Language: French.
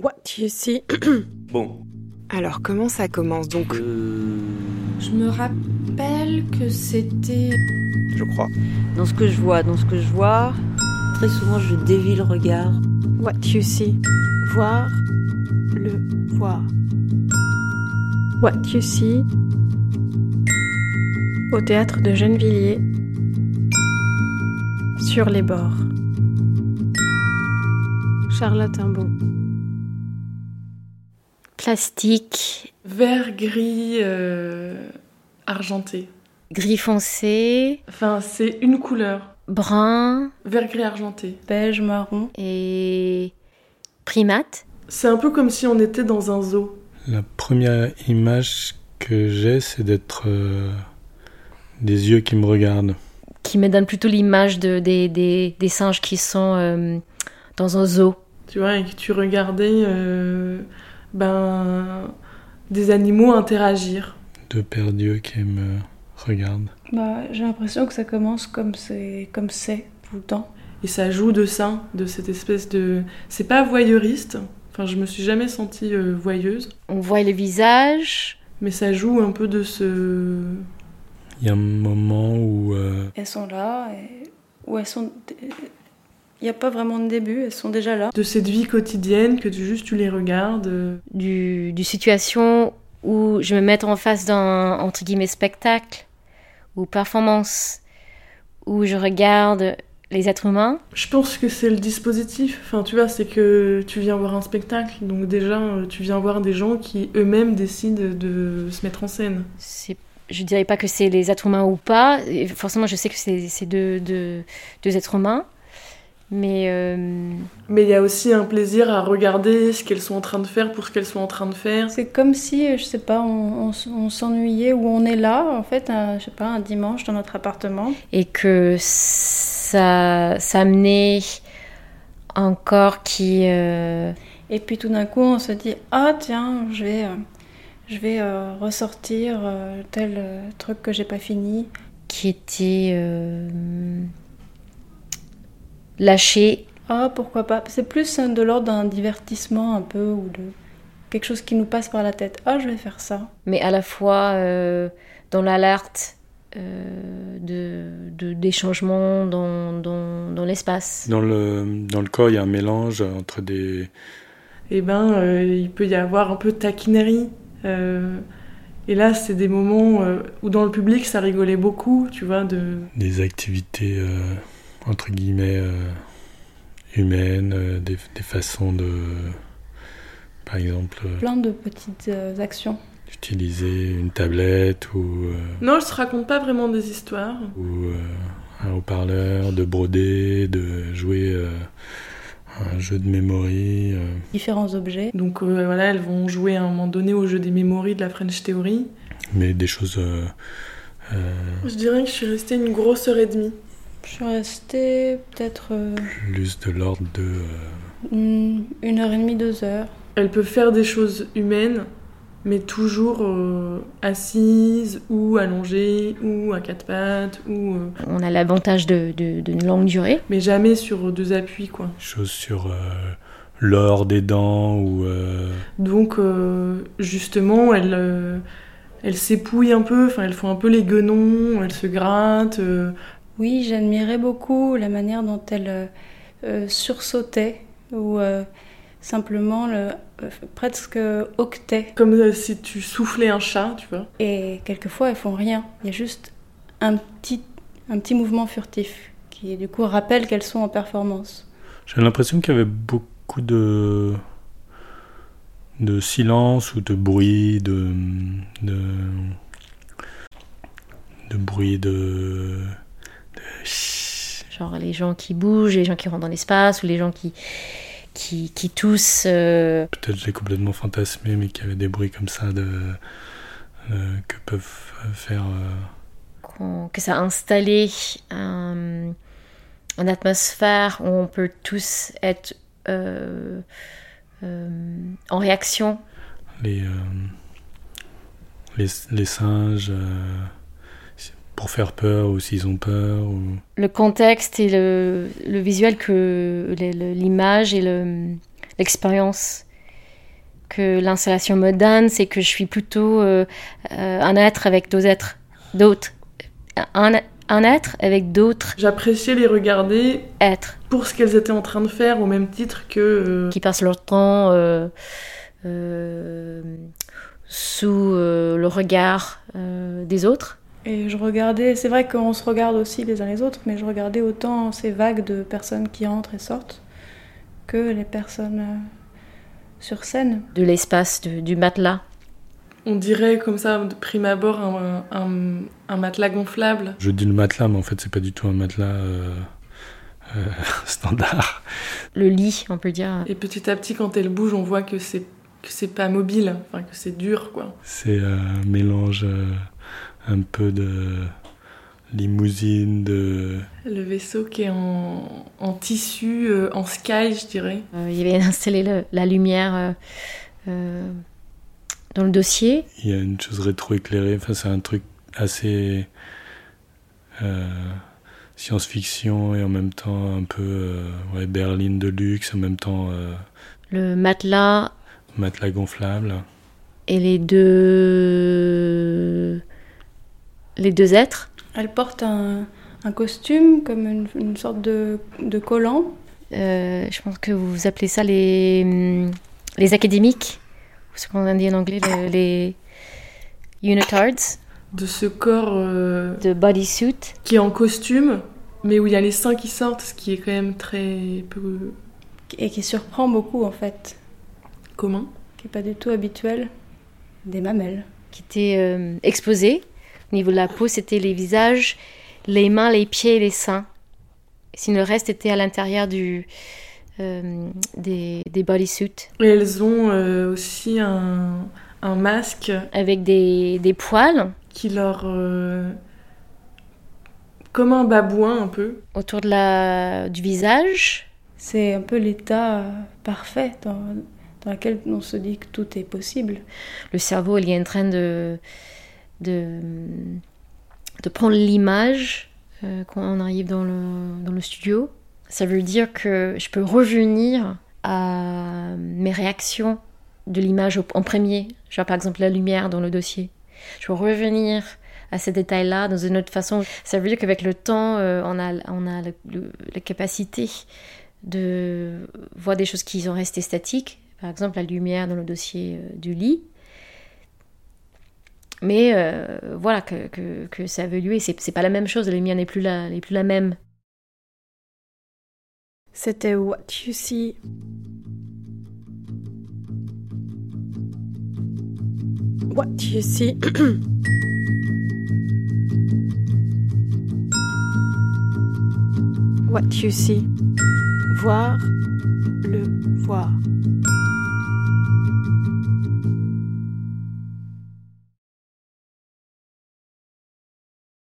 What you see Bon. Alors comment ça commence donc Je me rappelle que c'était. Je crois. Dans ce que je vois, dans ce que je vois, très souvent je dévie le regard. What you see Voir. Le voir. What you see Au théâtre de Gennevilliers Sur les bords Charlotte Imbaud Plastique, Vert, gris, euh, argenté. gris foncé, Enfin, c'est une couleur. brun Vert, gris, argenté. Beige, marron. et primate. C'est un peu comme si on était dans un zoo. La première image que j'ai, c'est d'être euh, des yeux qui me regardent. qui me donne plutôt l'image de, des, des, des singes qui sont euh, dans un zoo. tu vois, et que tu regardais euh, ben, des animaux interagir. Deux paires d'yeux qui me regardent. Bah, j'ai l'impression que ça commence comme c'est, comme c'est tout le temps. Et ça joue de ça, de cette espèce de... C'est pas voyeuriste, enfin je me suis jamais sentie euh, voyeuse, On voit le visage, mais ça joue un peu de ce... Il y a un moment où euh, Elles sont là, et... ou elles sont. Il n'y a pas vraiment de début, elles sont déjà là. de cette vie quotidienne que tu, juste tu les regardes. euh. du, du situation où je me mets en face d'un entre guillemets spectacle ou performance, où je regarde les êtres humains. Je pense que c'est le dispositif, enfin tu vois, c'est que tu viens voir un spectacle, donc déjà euh, tu viens voir des gens qui eux-mêmes décident de se mettre en scène. C'est je dirais pas que c'est les êtres humains ou pas. Et forcément, je sais que c'est c'est deux, deux, deux êtres humains. Mais euh, Mais il y a aussi un plaisir à regarder ce qu'elles sont en train de faire pour ce qu'elles sont en train de faire. C'est comme si, je sais pas, on, on s- on s'ennuyait ou on est là, en fait, un, je sais pas, un dimanche dans notre appartement. et que ça, ça amenait un corps qui... euh, Et puis tout d'un coup, on se dit Ah, tiens, je vais, euh, je vais euh, ressortir euh, tel euh, truc que j'ai pas fini. qui était euh, lâché. Ah, pourquoi pas C'est plus hein, de l'ordre d'un divertissement un peu ou de quelque chose qui nous passe par la tête. Ah, je vais faire ça. mais à la fois euh, dans l'alerte euh, de, de- des changements dans, dans, dans l'espace. dans le, dans le corps, il y a un mélange entre des... eh ben, euh, il peut y avoir un peu de taquinerie. euh, et là, c'est des moments euh, où dans le public, ça rigolait beaucoup, tu vois, de... des activités euh, entre guillemets euh, humaines, euh, des, des façons de, par exemple, euh, Plein de petites euh, actions. d'utiliser une tablette ou, euh, Non, je te raconte pas vraiment des histoires. ou, euh, un haut-parleur, de broder, de jouer euh, à un jeu de mémoire. euh. Différents objets. Donc euh, voilà, elles vont jouer à un moment donné au jeu des mémories de la French Theory. mais des choses. euh, euh, Je dirais que je suis restée une grosse heure et demie. Je suis restée peut-être euh, plus de l'ordre de. euh, une une heure et demie, deux heures. Elle peut faire des choses humaines, mais toujours euh, assise ou allongée ou à quatre pattes ou... euh, On a l'avantage d'une de, d'une longue durée. mais jamais sur deux appuis, quoi. choses sur euh, l'or des dents ou. euh, Donc euh, justement, elles, euh, elles s'épouillent un peu, enfin elles font un peu les guenons, elles se grattent. euh. Oui, j'admirais beaucoup la manière dont elle euh, euh, sursautait ou euh, simplement le, euh, presque octait. comme euh, si tu soufflais un chat, tu vois. Et quelquefois, elles font rien. Il y a juste un petit, un petit mouvement furtif qui, du coup, rappelle qu'elles sont en performance. J'ai l'impression qu'il y avait beaucoup de de silence ou de bruit, de de, de bruit de, de chut. Genre les gens qui bougent, les gens qui rentrent dans l'espace ou les gens qui, qui, qui toussent. euh, peut-être j'ai complètement fantasmé, mais qu'il y avait des bruits comme ça de euh, que peuvent faire euh, qu'on- que ça a installé un- une atmosphère où on peut tous être euh, euh, en réaction. les, euh, les les singes euh, pour faire peur ou s'ils ont peur ou Le contexte et le, le visuel, que le- le- l'image et le- l'expérience que l'installation me donne, c'est que je suis plutôt euh, euh, un être avec deux êtres, d'autres, un, un être avec d'autres J'appréciais les regarder êtres pour ce qu'elles étaient en train de faire, au même titre que. euh, qui passent leur temps euh, euh, sous euh, le regard euh, des autres. Et je regardais, c'est vrai qu'on se regarde aussi les uns les autres, mais je regardais autant ces vagues de personnes qui entrent et sortent que les personnes euh, sur scène. de l'espace de- du matelas. on dirait comme ça, de prime abord, un, un- un matelas gonflable. Je dis le matelas, mais en fait, c'est pas du tout un matelas euh, euh, standard. Le lit, on peut dire. Et petit à petit, quand elle bouge, on voit que c'est que c'est pas mobile, enfin que c'est dur quoi. C'est euh, un mélange euh, un peu de limousine, de. Le vaisseau qui est en, en tissu, euh, en sky, je dirais. Euh, il y avait installé le- la lumière euh, euh, dans le dossier. Il y a une chose rétro-éclairée. Enfin, c'est un truc assez euh, science-fiction et en même temps un peu euh, ouais, berline de luxe, en même temps euh, Le matelas matelas gonflable. et les deux. Les deux êtres. Elle porte un, un costume comme une, une sorte de, de collant. Euh, je pense que vous appelez ça les, hum, les académiques. ou Ce qu'on dit en anglais, le- les unitards. De ce corps euh, De bodysuit. qui est en costume, mais où il y a les seins qui sortent, ce qui est quand même très peu et qui surprend beaucoup en fait, commun. qui n'est pas du tout habituel, des mamelles. qui étaient euh, exposés. Au niveau de la peau, c'était les visages, les mains, les pieds et les seins. Sinon, le reste était à l'intérieur du, euh, des, des bodysuits, Et elles ont euh, aussi un, un masque avec des, des poils qui leur. euh, comme un babouin un peu. autour de la, du visage. C'est un peu l'état euh, parfait dans, dans lequel on se dit que tout est possible. Le cerveau, il est en train de, de, de prendre l'image euh, quand on arrive dans le, dans le studio. Ça veut dire que je peux revenir à mes réactions de l'image au- en premier. Genre par exemple la lumière dans le dossier. Je peux revenir à ces détails-là dans une autre façon. Ça veut dire qu'avec le temps, euh, on a, on a le- le- la capacité de voir des choses qui sont restées statiques. Par exemple la lumière dans le dossier euh, du lit. Mais euh, voilà, que, que, que ça a évolué. C'est c'est pas la même chose, la lumière n'est plus la, n'est plus la même. C'était What You See What You See What You See Voir le voir